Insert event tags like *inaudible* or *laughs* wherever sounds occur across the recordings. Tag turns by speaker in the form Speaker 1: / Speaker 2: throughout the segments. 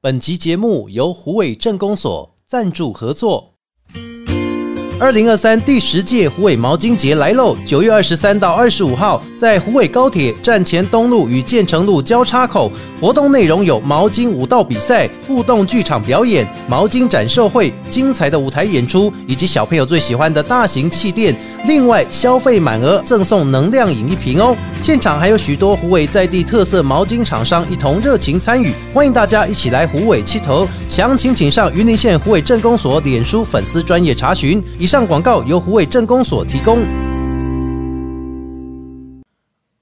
Speaker 1: 本集节目由虎尾镇公所赞助合作。二零二三第十届虎尾毛巾节来喽！九月二十三到二十五号，在虎尾高铁站前东路与建成路交叉口，活动内容有毛巾舞蹈比赛、互动剧场表演、毛巾展售会、精彩的舞台演出，以及小朋友最喜欢的大型气垫。另外，消费满额赠送能量饮一瓶哦！现场还有许多虎尾在地特色毛巾厂商一同热情参与，欢迎大家一起来虎尾七头。详情请上云林县虎尾镇公所脸书粉丝专业查询。以上广告由虎尾镇公所提供。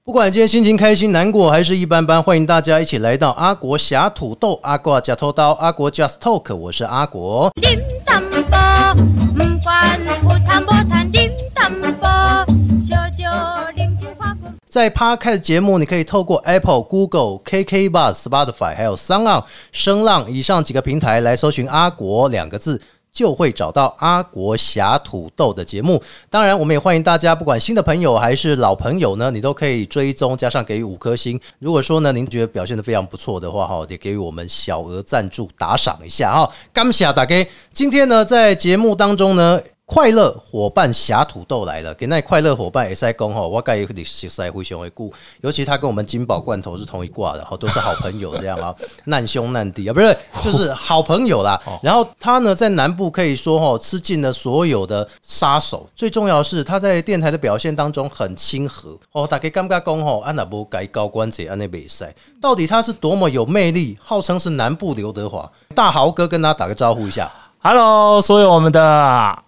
Speaker 1: 不管今天心情开心、难过还是一般般，欢迎大家一起来到阿国侠土豆、阿国假偷刀、阿国 Just Talk，我是阿国。
Speaker 2: điểm tâm bò mâm quan bù tham bò than điểm tâm bò cho cho điểm chữ hoa cũng
Speaker 1: 在 Podcast 节目，你可以透过 Apple、Google、KK Bus、Spotify 还有 s o n g 声浪以上几个平台来搜寻“阿国”两个字。就会找到阿国侠土豆的节目。当然，我们也欢迎大家，不管新的朋友还是老朋友呢，你都可以追踪加上给予五颗星。如果说呢，您觉得表现的非常不错的话，哈，也给予我们小额赞助打赏一下哈。感谢大家。今天呢，在节目当中呢，快乐伙伴侠土豆来了，给那快乐伙伴也在公哈，我盖也历史赛灰熊为故，尤其他跟我们金宝罐头是同一挂的，哈，都是好朋友这样啊，难兄难弟啊，不是，就是好朋友啦。然后他呢，在南部可以说哈，吃尽了所有的杀手，最重要的是他在电台的表现当中很亲和哦，大家尴尬公吼，啊安娜不该高官者安内比赛，到底他是多么有魅力，号称是南部刘德华，大豪哥跟他打个招呼一下。
Speaker 3: Hello，所有我们的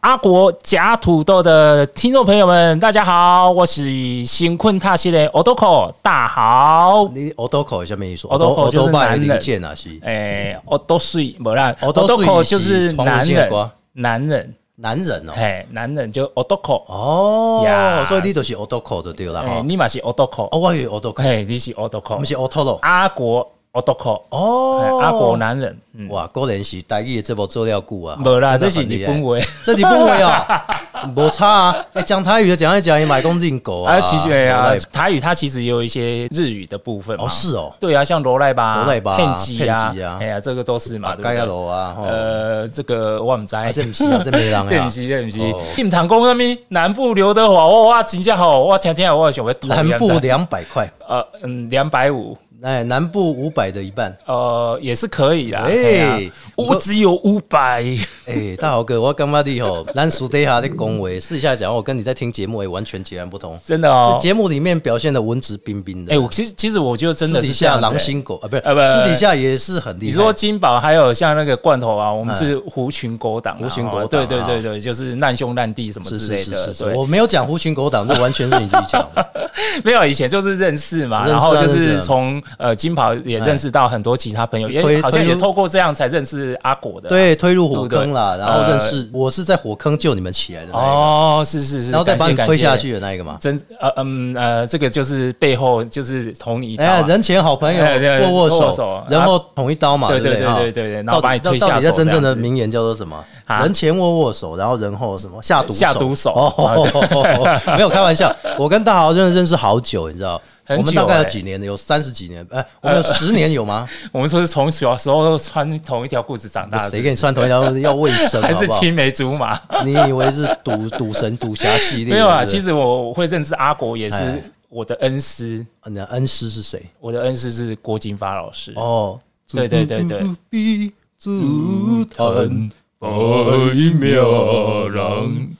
Speaker 3: 阿国假土豆的听众朋友们，大家好，我是新困踏西的 o d o k o 大豪，
Speaker 1: 你 o d o k o 下面一说
Speaker 3: Odoko 就是男人
Speaker 1: 零件啊，是
Speaker 3: 诶、o d o 水不啦
Speaker 1: Odosui
Speaker 3: o d o k o 就是
Speaker 1: 是
Speaker 3: 男
Speaker 1: 宠物线的
Speaker 3: 人
Speaker 1: 歌，
Speaker 3: 男人，
Speaker 1: 男人哦。
Speaker 3: 嘿，男人就 o d o k o
Speaker 1: 哦，
Speaker 3: 呀
Speaker 1: 所以你就是 o d o k o 就对了
Speaker 3: 哎，
Speaker 1: 哈。
Speaker 3: 你嘛是 o d o k
Speaker 1: 哦，
Speaker 3: o
Speaker 1: 我以为 o d o k o
Speaker 3: 嘿，你是 o d o k
Speaker 1: 我
Speaker 3: o
Speaker 1: 们是 o t o l o
Speaker 3: 阿国 o d o k o
Speaker 1: 哦，
Speaker 3: 阿国男人，嗯，
Speaker 1: 哇，果然是台语的这部做料久啊。
Speaker 3: 无啦，
Speaker 1: 真
Speaker 3: 这
Speaker 1: 的很
Speaker 3: 是日
Speaker 1: 厉害
Speaker 3: 本，话。
Speaker 1: 这日本话啊，无差啊。哎，讲台语的讲一讲，也买公进狗啊。
Speaker 3: 啊，其实哎呀
Speaker 1: 对，
Speaker 3: 台语它其实也有一些日语的部分嘛
Speaker 1: 哦是哦，
Speaker 3: 对啊，像罗赖吧、
Speaker 1: 罗赖吧
Speaker 3: 骗吉啊
Speaker 1: 骗吉啊，
Speaker 3: 哎呀，这个都是嘛，
Speaker 1: 啊，
Speaker 3: 对
Speaker 1: 盖亚
Speaker 3: 不对？
Speaker 1: 楼啊，吼，
Speaker 3: 呃，这个我唔知，
Speaker 1: 啊这不是啊，这没人
Speaker 3: *laughs* 这
Speaker 1: 啊
Speaker 3: 不。是，这不是
Speaker 1: 哦。
Speaker 3: 你们堂公那边南部刘德华，哇哇，真正好，我听听我想要投
Speaker 1: 南部
Speaker 3: 这样子
Speaker 1: 两百块，
Speaker 3: 呃嗯两百五，
Speaker 1: 哎，南部五百的一半。
Speaker 3: 呃也是可以啦。
Speaker 1: 哎
Speaker 3: 哎呀
Speaker 1: 我
Speaker 3: 我只有五百， *laughs*
Speaker 1: 哎、大豪哥，我干嘛的吼？咱私底下的恭维，私底下讲，我跟你在听节目也完全截然不同。
Speaker 3: 真的哦。
Speaker 1: 节目里面表现的文质彬彬的，
Speaker 3: 哎，我其实其实我觉得真的
Speaker 1: 私
Speaker 3: 是
Speaker 1: 底
Speaker 3: 这
Speaker 1: 下
Speaker 3: 样子
Speaker 1: 狼
Speaker 3: 哎
Speaker 1: 心狗啊，不是，
Speaker 3: 啊不
Speaker 1: 私底下也是很厉害。
Speaker 3: 你说金宝还有像那个罐头啊，我们是狐群狗党啊，
Speaker 1: 狐群狗党啊
Speaker 3: 对对对对，就是难兄难弟什么
Speaker 1: 是
Speaker 3: 之
Speaker 1: 是
Speaker 3: 类
Speaker 1: 是
Speaker 3: 的
Speaker 1: 是，是，
Speaker 3: 对，啊
Speaker 1: 我没有讲狐群狗党，这完全是你自己
Speaker 3: *laughs*
Speaker 1: 讲的。
Speaker 3: 没有以前就是认识嘛，
Speaker 1: 认识啊
Speaker 3: 然后就
Speaker 1: 认识
Speaker 3: 是
Speaker 1: 啊
Speaker 3: 从呃金宝也认识到很多其他朋友，
Speaker 1: 推
Speaker 3: 也好像
Speaker 1: 推
Speaker 3: 也透过这样才认识阿果的，，啊
Speaker 1: 对，推入火坑啦，
Speaker 3: 对
Speaker 1: 然
Speaker 3: 不对
Speaker 1: 后认识我是在火坑救你们起来的那一个，
Speaker 3: 哦，是是是，
Speaker 1: 然后再把你
Speaker 3: 感谢
Speaker 1: 推下。去的那一个嘛。
Speaker 3: 感谢真呃嗯呃，这个就是背后就是捅你一刀
Speaker 1: 哎，
Speaker 3: 啊，
Speaker 1: 人前好朋
Speaker 3: 哎对
Speaker 1: 友握握
Speaker 3: 握握
Speaker 1: 手
Speaker 3: 手，
Speaker 1: 然后捅一刀嘛，
Speaker 3: 对
Speaker 1: 对不
Speaker 3: 对
Speaker 1: 哈
Speaker 3: 对对对对然
Speaker 1: 到
Speaker 3: 后
Speaker 1: 底
Speaker 3: 把你推
Speaker 1: 到到
Speaker 3: 下
Speaker 1: 底在
Speaker 3: 手
Speaker 1: 真正
Speaker 3: 这
Speaker 1: 的
Speaker 3: 样子
Speaker 1: 名言叫做什么？
Speaker 3: 啊
Speaker 1: 人前握握手，然后人后什么下毒
Speaker 3: 下毒手
Speaker 1: 哦，没有开玩笑，我跟大豪真的认识好久，你知道。
Speaker 3: 很
Speaker 1: 我们
Speaker 3: 久
Speaker 1: 大概有
Speaker 3: 哎
Speaker 1: 几年的？有三十几年，哎，我们有十年有吗？
Speaker 3: 我们说是从小时候穿同一条裤子长大的，
Speaker 1: 谁给你穿同一条要卫生？
Speaker 3: 还
Speaker 1: 好
Speaker 3: 是
Speaker 1: 不好
Speaker 3: 青梅竹马？
Speaker 1: 你以为是赌赌神赌侠系列？
Speaker 3: 没有
Speaker 1: 对
Speaker 3: 啊，
Speaker 1: 不对
Speaker 3: 其实我会认识阿国也
Speaker 1: 哎
Speaker 3: 是我的恩师，
Speaker 1: 啊你的恩师是谁？
Speaker 3: 我的恩师是郭金发老师。
Speaker 1: 哦，
Speaker 3: 对对对对，
Speaker 1: 祖腾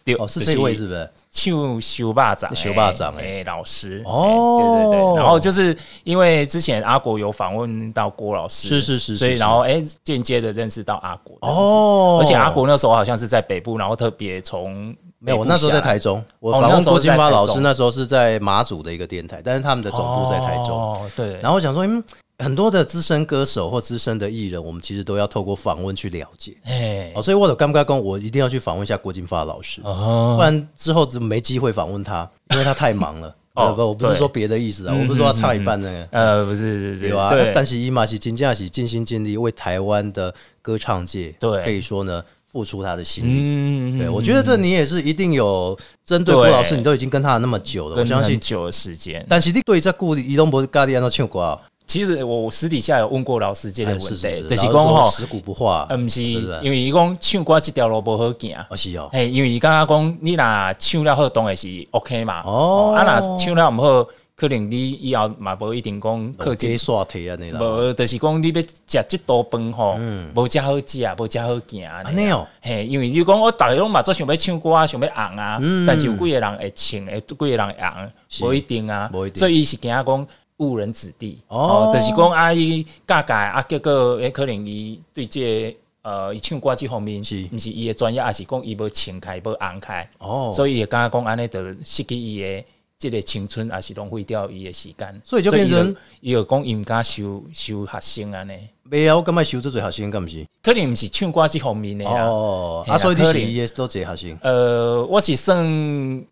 Speaker 3: 对
Speaker 1: 哦，是这位是不是？
Speaker 3: 就修霸长，
Speaker 1: 修霸掌哎
Speaker 3: 哎，老师
Speaker 1: 哦
Speaker 3: 哎对对对。然后就是因为之前阿国有访问到郭老师，
Speaker 1: 是是是是
Speaker 3: 所以
Speaker 1: 是
Speaker 3: 然后哎间接的认识到阿国这样子
Speaker 1: 哦
Speaker 3: 而且阿国那时候好像是在北部，然后特别从
Speaker 1: 没有，我那时候在台
Speaker 3: 中
Speaker 1: 中，我
Speaker 3: 哦
Speaker 1: 访
Speaker 3: 那
Speaker 1: 问
Speaker 3: 时候
Speaker 1: 郭
Speaker 3: 在
Speaker 1: 金发
Speaker 3: 台
Speaker 1: 老
Speaker 3: 中
Speaker 1: 师，那时候是在马祖的一个电台，但是他们的总部在台中。
Speaker 3: 哦，对，
Speaker 1: 然后我想说，嗯，很多的资深歌手或资深的艺人，我们其实都要透过访问去了解。
Speaker 3: 哎
Speaker 1: 哦，所以我有刚刚跟我一定要去访问一下郭金发老师，
Speaker 3: 哦
Speaker 1: 不然之后就没机会访问他，因为他太忙了。
Speaker 3: *laughs* 哦
Speaker 1: 呃不，我不是
Speaker 3: 对嗯
Speaker 1: 说别的意思啊，我不是说他唱一半那个。
Speaker 3: 呃不是是是
Speaker 1: 对吧？
Speaker 3: 对，
Speaker 1: 啊但是伊玛是金价是尽心尽力为台湾的歌唱界，
Speaker 3: 对
Speaker 1: 可以说呢付出他的心力。
Speaker 3: 嗯
Speaker 1: 对，我觉得这你也是一定有针对
Speaker 3: 对
Speaker 1: 顾老师，你都已经跟他那么久了，我
Speaker 3: 跟
Speaker 1: 相信
Speaker 3: 很。久的时间，
Speaker 1: 但是你对这顾移动博咖喱安都唱过啊，
Speaker 3: 其实我实底下有问过老师这个
Speaker 1: 哎
Speaker 3: 问
Speaker 1: 是
Speaker 3: 题，
Speaker 1: 是是，
Speaker 3: 就是
Speaker 1: 老啊实
Speaker 3: 讲
Speaker 1: 说
Speaker 3: 吼，
Speaker 1: 食古不化，
Speaker 3: 呃，毋是，
Speaker 1: 对不对
Speaker 3: 因为伊讲唱歌即条路无好行。
Speaker 1: 啊是哦，
Speaker 3: 嘿，因为伊刚刚讲你若唱了好，当然是 OK 嘛。
Speaker 1: 哦
Speaker 3: 啊，若唱了毋好，可能你以后嘛无一定讲
Speaker 1: 客
Speaker 3: 靠
Speaker 1: 家
Speaker 3: 这，
Speaker 1: 刷题啊安尼啦，
Speaker 3: 无就是讲你要食即道饭吼，
Speaker 1: 嗯
Speaker 3: 无遮好食，无遮好行安尼啊
Speaker 1: 安尼哦，
Speaker 3: 嘿，因为你讲我逐个拢嘛做想要唱歌啊，想要红啊，
Speaker 1: 嗯
Speaker 3: 但是有几个人会唱，会有几个人会红，
Speaker 1: 是
Speaker 3: 无一定啊，
Speaker 1: 无一定
Speaker 3: 所以伊是惊讲误人子弟，
Speaker 1: 哦
Speaker 3: 就是讲啊伊教教啊，结果诶可能伊对这个呃伊唱歌即方面，
Speaker 1: 是
Speaker 3: 毋是伊的专业，啊也是讲伊无唱开，无红开，
Speaker 1: 哦，所以
Speaker 3: 所以伊会感觉讲安尼就失去伊的即个青春，也是浪费掉伊的时间，
Speaker 1: 所以就变成
Speaker 3: 伊有讲伊毋敢收收学生安尼，
Speaker 1: 未啊，我感觉收这侪学生敢毋是？
Speaker 3: 可能毋是唱歌即方面的啦。
Speaker 1: 哦，
Speaker 3: 嘿
Speaker 1: 啊，
Speaker 3: 啦
Speaker 1: 所以你是
Speaker 3: 可能
Speaker 1: 伊的多一个学生，
Speaker 3: 呃，我是算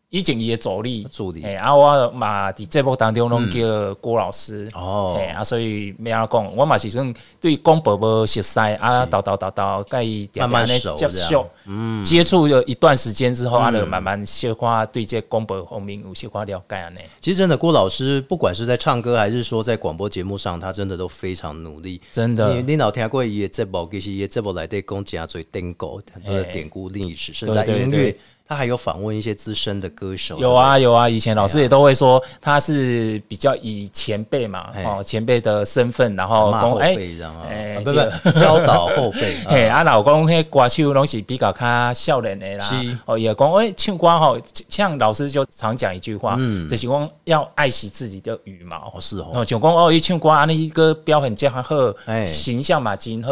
Speaker 3: 以前伊的助理，
Speaker 1: 助理嗯
Speaker 3: 嘿啊，我嘛伫节目当中拢叫郭老师，
Speaker 1: 哦
Speaker 3: 嘿啊，所以咩啊讲，我嘛是算对广播无熟悉啊，叨叨叨叨，甲伊点
Speaker 1: 慢慢
Speaker 3: 点咧
Speaker 1: 熟
Speaker 3: 接
Speaker 1: 这样嗯
Speaker 3: 触，接触了一段时间之后，啊，就慢慢小可对这广播方面有小可了解安尼。
Speaker 1: 其实真的，郭老师不管是在唱歌还是说在广播节目上，他真的都非常努力。
Speaker 3: 真
Speaker 1: 你
Speaker 3: 的，
Speaker 1: 你老听过伊的节目，其实伊的节目来对讲真最典故，很多的典故历史，甚至在
Speaker 3: 对对
Speaker 1: 音乐
Speaker 3: 对，
Speaker 1: 他还有访问一些资深的歌手。
Speaker 3: 有啊有啊，以前老师
Speaker 1: 哎
Speaker 3: 也都会说他是比较以前辈嘛，
Speaker 1: 嘿
Speaker 3: 哦前辈的身份，然
Speaker 1: 对不
Speaker 3: 后
Speaker 1: 对，骂后
Speaker 3: 哎
Speaker 1: 辈这样啊，
Speaker 3: 哎
Speaker 1: 啊不不，教导后辈。啊
Speaker 3: *laughs* 嘿，啊，老公，迄歌手拢是比较较少年的啦
Speaker 1: 是。
Speaker 3: 哦，也讲，哎，唱歌吼，像老师就常讲一句话，
Speaker 1: 嗯
Speaker 3: 就是讲要爱惜自己的羽毛
Speaker 1: 哦。是哦，
Speaker 3: 哦，像讲哦，伊唱歌安尼一个表现真好
Speaker 1: 哎，嗯
Speaker 3: 形象嘛真好，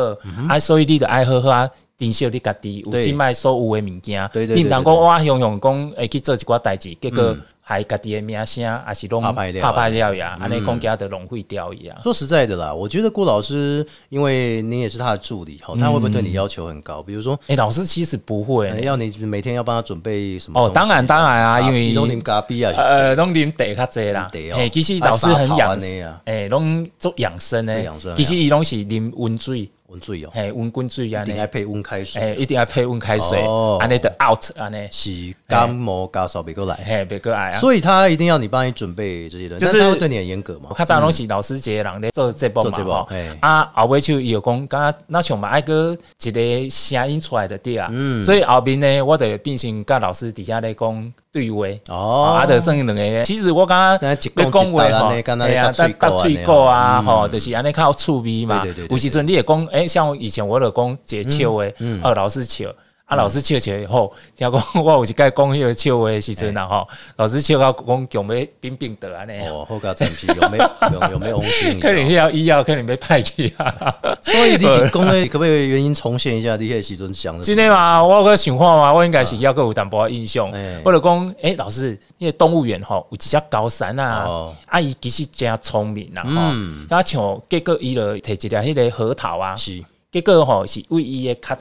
Speaker 3: 啊，所以你得爱好好啊，珍惜你家己有
Speaker 1: 对
Speaker 3: 即卖所有的物件，
Speaker 1: 对对对嗯
Speaker 3: 你毋通讲我用用讲会去做一寡代志，结果害家己的名声，也是拢
Speaker 1: 打败嗯了
Speaker 3: 打败了呀，安尼讲家的浪费掉啊一样。
Speaker 1: 说实在的啦，我觉得郭老师，因为您也是他的助理，哈，
Speaker 3: 嗯
Speaker 1: 他会不会对你要求很高？比如说，
Speaker 3: 哎，老师其实不会呢
Speaker 1: 哎，要你每天要帮他准备什么？
Speaker 3: 哦，当然当然啊，因为
Speaker 1: 都啉咖啡啊，
Speaker 3: 呃，拢啉茶较济啦
Speaker 1: 啉茶。哦
Speaker 3: 嘿，其实老师很
Speaker 1: 啊三
Speaker 3: 养
Speaker 1: 泡安尼啊，
Speaker 3: 诶，拢做养生
Speaker 1: 做
Speaker 3: 诶
Speaker 1: 养生。啊
Speaker 3: 其实伊拢是啉温水，
Speaker 1: 温水哦，
Speaker 3: 嘿，温滚水
Speaker 1: 一
Speaker 3: 安尼
Speaker 1: 定，要配温开水，
Speaker 3: 诶，一定要配温开水
Speaker 1: 哦，
Speaker 3: 安尼的 out 安尼，
Speaker 1: 是感冒感烧别过来。
Speaker 3: 嘿，别个爱啊。
Speaker 1: 所以他一定要你帮你准备这些东西，
Speaker 3: 就是
Speaker 1: 但他会对你很严格嘛
Speaker 3: 我。较早拢是老师一个人咧做节目
Speaker 1: 做
Speaker 3: 嘛
Speaker 1: 节目
Speaker 3: 吼
Speaker 1: 嘿，
Speaker 3: 啊后尾就伊有讲，敢若那像嘛爱个一个声音出来的对啊，
Speaker 1: 嗯
Speaker 3: 所以后面呢，我就变成甲老师底下咧讲对话，
Speaker 1: 哦
Speaker 3: 啊，就算两个。其实我感觉
Speaker 1: 咱一讲一搭安尼敢若
Speaker 3: 哎
Speaker 1: 咧搭
Speaker 3: 呀，
Speaker 1: 水果
Speaker 3: 搭
Speaker 1: 安尼嗯
Speaker 3: 水果啊，吼，就是安尼较有趣味嘛
Speaker 1: 对对对对。嗯
Speaker 3: 有时阵你会讲，哎，像以前我就讲一个笑话，哦，老师笑。啊，老师笑笑以后，听讲我有一届讲迄个笑话的时阵啊，吼，老师笑到讲强要冰冰倒安尼，
Speaker 1: 哦，后加产品有没有有有没有翁性？
Speaker 3: 可能迄个医药可能要派去
Speaker 1: *laughs*
Speaker 3: 啊。
Speaker 1: 所以你是讲的，可不可以原因重现一下你迄时阵想的？
Speaker 3: 真的嘛，我个想看嘛，我应该是
Speaker 1: 啊
Speaker 3: 要个有淡薄仔印象
Speaker 1: 哎。
Speaker 3: 我就讲，诶、老师，迄个动物园吼有一只高山啊
Speaker 1: 哦，
Speaker 3: 啊伊其实真聪明啦
Speaker 1: 嗯
Speaker 3: 吼，啊像结果伊就摕一粒迄个核桃啊，
Speaker 1: 是，
Speaker 3: 结果吼是为伊的尻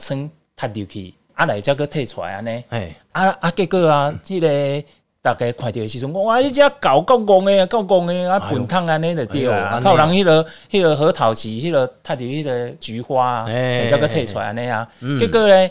Speaker 3: 川踢入去，啊来则个摕出来安尼，
Speaker 1: 哎，
Speaker 3: 啊啊结果啊，迄、个。大家看到的时阵，哇！迄只狗够戆的，够戆的，啊，
Speaker 1: 哎呦
Speaker 3: 笨桶安尼就对
Speaker 1: 哎呦
Speaker 3: 啊。
Speaker 1: 安尼啊
Speaker 3: 靠人迄个、迄个核桃是迄个踢入迄个菊花啊，
Speaker 1: 哎嗯
Speaker 3: 才个退出来安尼啊。结果咧，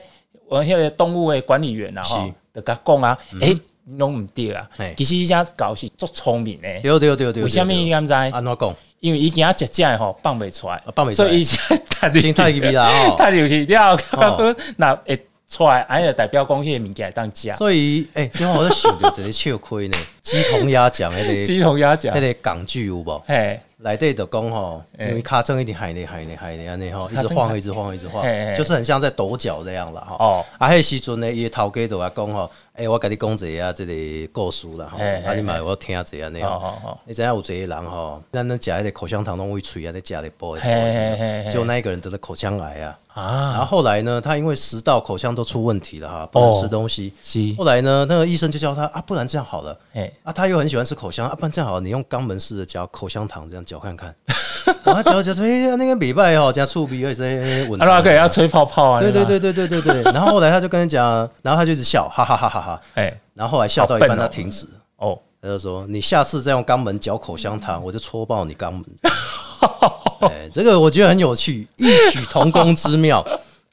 Speaker 3: 我迄个动物的管理员啊，
Speaker 1: 是嗯
Speaker 3: 吼，就甲讲啊，诶，拢毋对啊
Speaker 1: 嘿。
Speaker 3: 其实迄只狗是足聪明的，
Speaker 1: 对对对对，
Speaker 3: 为什么你
Speaker 1: 安
Speaker 3: 敢知？
Speaker 1: 怎讲？
Speaker 3: 因为伊惊食食的吼放袂出来
Speaker 1: 啊，放不出来
Speaker 3: 所以伊才踢入
Speaker 1: 先太入去啦吼
Speaker 3: 踢入去了，
Speaker 1: 哦
Speaker 3: 那会出来，安尼就代表讲迄个物件会当食。
Speaker 1: 所以，哎，今晚我在想着一个笑亏呢，鸡同鸭讲迄
Speaker 3: 鸡同鸭讲
Speaker 1: 个，迄个港剧有无？
Speaker 3: 嘿，
Speaker 1: 来对的讲吼，因
Speaker 3: 哎
Speaker 1: 为卡正一点海内海内海内安内吼，一
Speaker 3: 卡
Speaker 1: 直
Speaker 3: 正
Speaker 1: 晃一直晃一直晃
Speaker 3: 嘿嘿，
Speaker 1: 就是很像在抖脚这样啦吼。
Speaker 3: 哦
Speaker 1: 啊，迄时阵呢，伊的头家就甲讲吼，诶，我甲你讲一下即啊个故事啦吼，
Speaker 3: 嘿嘿哦
Speaker 1: 啊，你嘛我听一下安尼吼。
Speaker 3: 好好好，
Speaker 1: 你知影有一个人吼，咱咱食迄个口香糖拢会喙安尼食咧剥
Speaker 3: 嘿嘿
Speaker 1: 咧
Speaker 3: 嘿
Speaker 1: 剥，
Speaker 3: 嘿
Speaker 1: 结果那一个人得了口腔癌啊。然
Speaker 3: 啊，
Speaker 1: 后后来呢，他因为食道、口腔都出问题了哈，不能
Speaker 3: 哦
Speaker 1: 吃东西。
Speaker 3: 是
Speaker 1: 后来呢，那个医生就叫他啊，不然这样好了，
Speaker 3: 嘿，
Speaker 1: 啊，他又很喜欢吃口香，啊，不然这样好了，你用肛门式的嚼口香糖这样嚼看看，然后嚼嚼说，哎、那个礼拜哦，加醋鼻，而且闻
Speaker 3: 阿。拉克也要吹泡泡啊，
Speaker 1: 对对
Speaker 3: 是吧，
Speaker 1: 对对对对对。然后后来他就跟人讲，然后他就一直笑，哈哈哈哈哈。
Speaker 3: 哎，
Speaker 1: 然后后来笑到一
Speaker 3: 好
Speaker 1: 半，
Speaker 3: 笨哦
Speaker 1: 他停止，
Speaker 3: 哦，
Speaker 1: 他就说：“你下次再用肛门嚼口香糖，我就戳爆你肛门。”哎，这个我觉得很有趣，异曲同工之妙。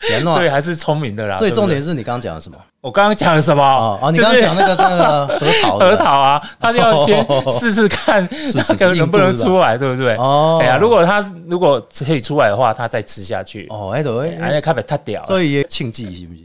Speaker 1: 行
Speaker 3: 所以
Speaker 1: 了，
Speaker 3: 还是聪明的啦。
Speaker 1: 所以
Speaker 3: 对不
Speaker 1: 重
Speaker 3: 对
Speaker 1: 点是你刚刚讲的什么？
Speaker 3: 我刚刚讲了什么？
Speaker 1: 哦哦，你
Speaker 3: 就是
Speaker 1: 刚刚讲那个那个核哦桃，
Speaker 3: 核桃啊，他就要先试
Speaker 1: *laughs*
Speaker 3: 试看
Speaker 1: 是是
Speaker 3: 那个 *laughs* 能不能出来，对不对？
Speaker 1: 哦
Speaker 3: 哎呀，如果他如果可以出来的话，他再吃下去，
Speaker 1: 哦，哎
Speaker 3: 哎
Speaker 1: 对，
Speaker 3: 呀，看被他掉了，
Speaker 1: 所以也庆忌是不是？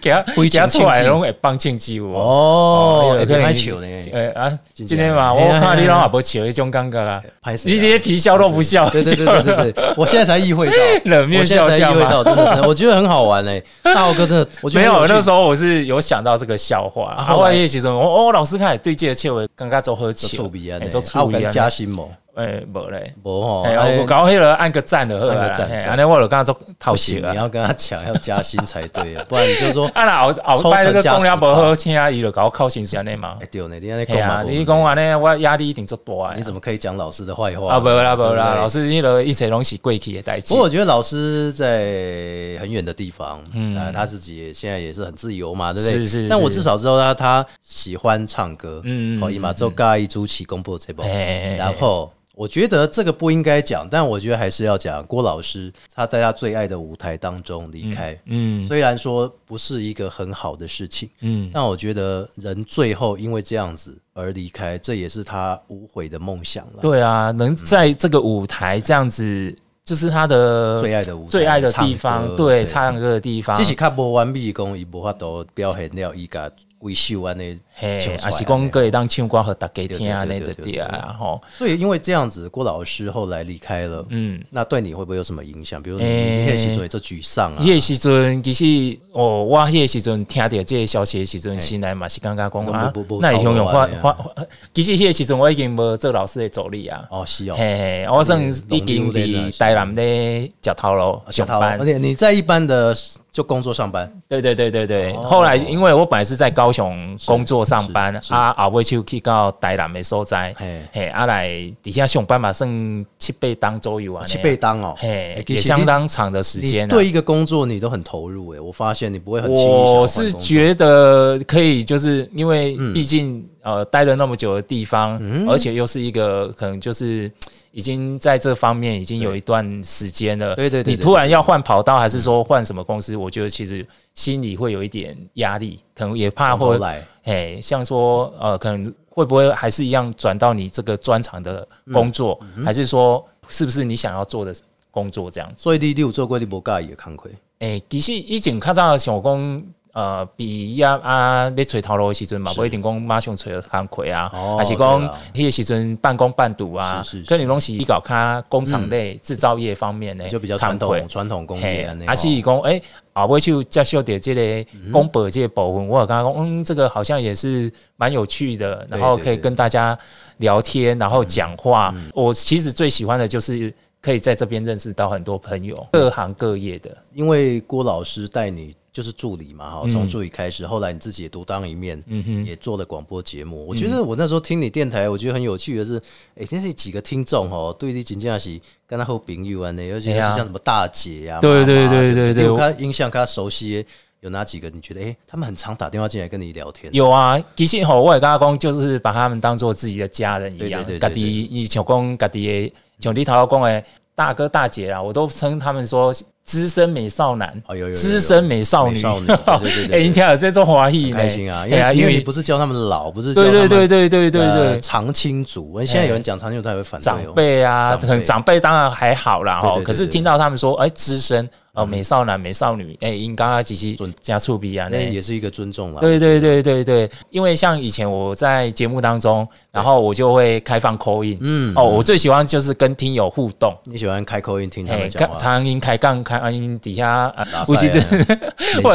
Speaker 3: 给他
Speaker 1: 非
Speaker 3: 给他
Speaker 1: 常
Speaker 3: 出
Speaker 1: 庆
Speaker 3: 来，
Speaker 1: 忌
Speaker 3: 然后会帮庆忌我。
Speaker 1: 哦，
Speaker 3: 哎
Speaker 1: 也
Speaker 3: 呀
Speaker 1: 别太球呢，
Speaker 3: 哎啊，
Speaker 1: 真的
Speaker 3: 今天
Speaker 1: *laughs*
Speaker 3: 嘛，
Speaker 1: 哎
Speaker 3: 我
Speaker 1: 呀
Speaker 3: 看
Speaker 1: 哎
Speaker 3: 你
Speaker 1: 呀
Speaker 3: 拢也无笑，迄种感
Speaker 1: *laughs*
Speaker 3: 觉啦。
Speaker 1: 拍死啊
Speaker 3: 你连皮笑都不笑，
Speaker 1: 对对对对对对，我现在才意会到，
Speaker 3: *laughs* 冷面
Speaker 1: 我现在
Speaker 3: 笑
Speaker 1: 才
Speaker 3: 匠
Speaker 1: 意会
Speaker 3: 嘛
Speaker 1: 到，真的真的，我觉得很好玩哎，大豪哥真的，我觉得
Speaker 3: 没有，那时
Speaker 1: 候
Speaker 3: 候我是有想到这个笑话，
Speaker 1: 啊
Speaker 3: 啊，
Speaker 1: 后来
Speaker 3: 我也时阵，我哦，老师看对接的笑话，刚刚做喝
Speaker 1: 做
Speaker 3: 酒
Speaker 1: 臭逼啊，
Speaker 3: 做
Speaker 1: 啊
Speaker 3: 醋
Speaker 1: 我
Speaker 3: 鼻
Speaker 1: 跟
Speaker 3: 啊，
Speaker 1: 加薪某，
Speaker 3: 哎，无嘞。
Speaker 1: 不吼，啊
Speaker 3: 哎、我搞迄个按个赞的，
Speaker 1: 哦按个赞赞
Speaker 3: 哎安尼我就刚刚做
Speaker 1: 不
Speaker 3: 讨
Speaker 1: 行
Speaker 3: 钱，
Speaker 1: 你
Speaker 3: 啊。
Speaker 1: 要跟他讲要加薪才对啊，不然你就
Speaker 3: *laughs*
Speaker 1: 说
Speaker 3: 啊那后后摆那个讲了无好听啊，伊就搞靠薪水安尼嘛
Speaker 1: 哎。对呢，你那
Speaker 3: 哎
Speaker 1: 干
Speaker 3: 呀、
Speaker 1: 嘛？
Speaker 3: 你讲安尼，我压力一定足大
Speaker 1: 你
Speaker 3: 的啊
Speaker 1: 怎么可以讲老师的坏话
Speaker 3: 啊，无啦无啦，老
Speaker 1: 师。
Speaker 3: 师迄个一切拢是过去的代志
Speaker 1: 不过。我觉得老师在很远的地方，嗯，
Speaker 3: 嗯
Speaker 1: 他自己也现在也是很自由嘛，对不对？
Speaker 3: 是是
Speaker 1: 但我
Speaker 3: 是
Speaker 1: 至少知道他他喜欢唱歌，嗯
Speaker 3: 嗯嗯
Speaker 1: 哦，
Speaker 3: 嗯
Speaker 1: 伊马周嘎伊朱启公布这部，
Speaker 3: 哎哎哎
Speaker 1: 然后。我觉得这个不应该讲，但我觉得还是要讲。郭老师他在他最爱的舞台当中离开，
Speaker 3: 嗯
Speaker 1: 虽然说不是一个很好的事情，
Speaker 3: 嗯，
Speaker 1: 但我觉得人最后因为这样子而离开，这也是他无悔的梦想了。
Speaker 3: 对啊，能在这个舞台这样子，就是他的
Speaker 1: 最爱的舞台
Speaker 3: 最爱的地
Speaker 1: 唱歌
Speaker 3: 方，对，
Speaker 1: 对
Speaker 3: 唱歌的地方
Speaker 1: 只。是较无完美，讲伊无法度表现了伊家规秀安尼
Speaker 3: 嘿，
Speaker 1: 唱出来
Speaker 3: 啊是讲可以当唱歌和大家听啊，
Speaker 1: 对
Speaker 3: 那
Speaker 1: 对对
Speaker 3: 的
Speaker 1: 对对
Speaker 3: 对啊，吼，
Speaker 1: 所以因为这样子，郭老师后来离开了，
Speaker 3: 嗯。
Speaker 1: 那对你会不会有什么影响？比如说你
Speaker 3: 诶
Speaker 1: 那时阵也做沮丧啊，
Speaker 3: 迄个时阵，其实哦，我迄个时阵听到这个消息的时阵，心内嘛是感觉讲
Speaker 1: 都
Speaker 3: 啊
Speaker 1: 不不不，
Speaker 3: 那会汹涌
Speaker 1: 差
Speaker 3: 发
Speaker 1: 不多
Speaker 3: 发。发其实迄个时阵我已经无做老师的助理啊，
Speaker 1: 哦是哦，
Speaker 3: 嘿嘿，我算已经伫台南咧食头路
Speaker 1: 啊小
Speaker 3: 上
Speaker 1: 桃
Speaker 3: 班
Speaker 1: 而。且你在一般的就工作上班，
Speaker 3: 对对对对对。
Speaker 1: 哦
Speaker 3: 后来因为我本来是在高雄工作上班
Speaker 1: 是，是
Speaker 3: 啊，后尾就去到台南的所在
Speaker 1: 嘿，
Speaker 3: 嘿，啊来底下上班嘛，算七八当左右啊，
Speaker 1: 去被当哦，
Speaker 3: 嘿
Speaker 1: 诶，
Speaker 3: 也相。当长的时
Speaker 1: 其实你
Speaker 3: 间
Speaker 1: 你
Speaker 3: 啊。
Speaker 1: 对一个工作你都很投入诶，我发现你不会很轻易想要换
Speaker 3: 我
Speaker 1: 工
Speaker 3: 是
Speaker 1: 作嗯
Speaker 3: 觉得可以，就是因为毕竟、呃待了那么久的地方，而且又是一个可能就是已经在这方面已经有一段时间了。
Speaker 1: 对对对对
Speaker 3: 你突然要换跑道，还是说换什么公司？我觉得其实心里会有一点压力，可能也怕
Speaker 1: 从头
Speaker 3: 会
Speaker 1: 来，
Speaker 3: 哎，像说呃，可能会不会还是一样转到你这个专长的工作，
Speaker 1: 嗯
Speaker 3: 还是说是不是你想要做的工作这样子？
Speaker 1: 所以你你有做过你不介意的工课，
Speaker 3: 诶、其实以前较早想讲，呃，毕业啊要找头路的时阵嘛，
Speaker 1: 是
Speaker 3: 不一定讲马上找工课啊，
Speaker 1: 哦
Speaker 3: 还是
Speaker 1: 对啦
Speaker 3: 讲迄个时阵半工半读啊
Speaker 1: 是是是，嗯
Speaker 3: 可能拢是伊搞较工厂类、制造业方面的，
Speaker 1: 就比较传
Speaker 3: 工课
Speaker 1: 统传统工业安尼哦嗯
Speaker 3: 嘿，还是讲诶，后尾就接受到这个公保这个部分，我有感觉讲，嗯，这个好像也是蛮有趣的，然后
Speaker 1: 对
Speaker 3: 可以
Speaker 1: 对嗯
Speaker 3: 跟大家聊天，然后讲话。我其实最喜欢的就是可以在这边认识到很多朋友，各行各业的。
Speaker 1: 因为郭老师带你就是助理嘛，
Speaker 3: 嗯
Speaker 1: 哈，从助理开始，后来你自己也独当一面，也做了广播节
Speaker 3: 嗯
Speaker 1: 目。我觉得我那时候听你电台，我觉得很有趣的是，哎、那是几个听众哦，对你真正是跟他后朋友啊，呢，尤其
Speaker 3: 哎
Speaker 1: 是
Speaker 3: 呀
Speaker 1: 像什么大姐呀、啊，
Speaker 3: 对对
Speaker 1: 妈妈
Speaker 3: 对对对
Speaker 1: 你有啊他印象，他熟悉的有哪几个？你觉得哎、诶他们很常打电话进来跟你聊天，
Speaker 3: 有啊，其实吼，我也跟他讲，就是把他们当做自己的家人一样啊
Speaker 1: 对对对对，
Speaker 3: 家己伊像讲家己的，像你头头讲的大哥大姐啦，我都称他们说资深美少男
Speaker 1: 哦有有有有、
Speaker 3: 资深美少
Speaker 1: 美
Speaker 3: 女 *laughs*
Speaker 1: 少女对对对对对
Speaker 3: 哎，你听了这种华裔
Speaker 1: 很
Speaker 3: 呢，
Speaker 1: 开心啊，因
Speaker 3: 哎呀
Speaker 1: 为因为你
Speaker 3: 为
Speaker 1: 不是叫他们老，不是叫他
Speaker 3: 对
Speaker 1: 们
Speaker 3: 对对对对对
Speaker 1: 呃
Speaker 3: 对。
Speaker 1: 常青组，我现在有人讲常青组，他也会反对
Speaker 3: 长
Speaker 1: 哦。
Speaker 3: 辈啊，
Speaker 1: 长辈
Speaker 3: 可能长辈当然还好啦
Speaker 1: 对对
Speaker 3: 哈
Speaker 1: 对，
Speaker 3: 可是
Speaker 1: 对
Speaker 3: 听到他们说，哎，资深哦，美少男、美少女，哎，应该其实
Speaker 1: 准哎
Speaker 3: 加触鼻啊，
Speaker 1: 那也是一个尊重啦。
Speaker 3: 对对对对对，因为像以前我在节目当中，然后我就会开放 call in，
Speaker 1: 嗯
Speaker 3: 嗯，哦，我最喜欢就是跟听友互动。
Speaker 1: 你喜欢开口音听他
Speaker 3: 哎，
Speaker 1: 们讲
Speaker 3: 开
Speaker 1: 话，
Speaker 3: 长音开杠开啊，因底下啊
Speaker 1: 打
Speaker 3: 有
Speaker 1: 赛
Speaker 3: 时阵
Speaker 1: 啊冷笑话啊
Speaker 3: 我有甲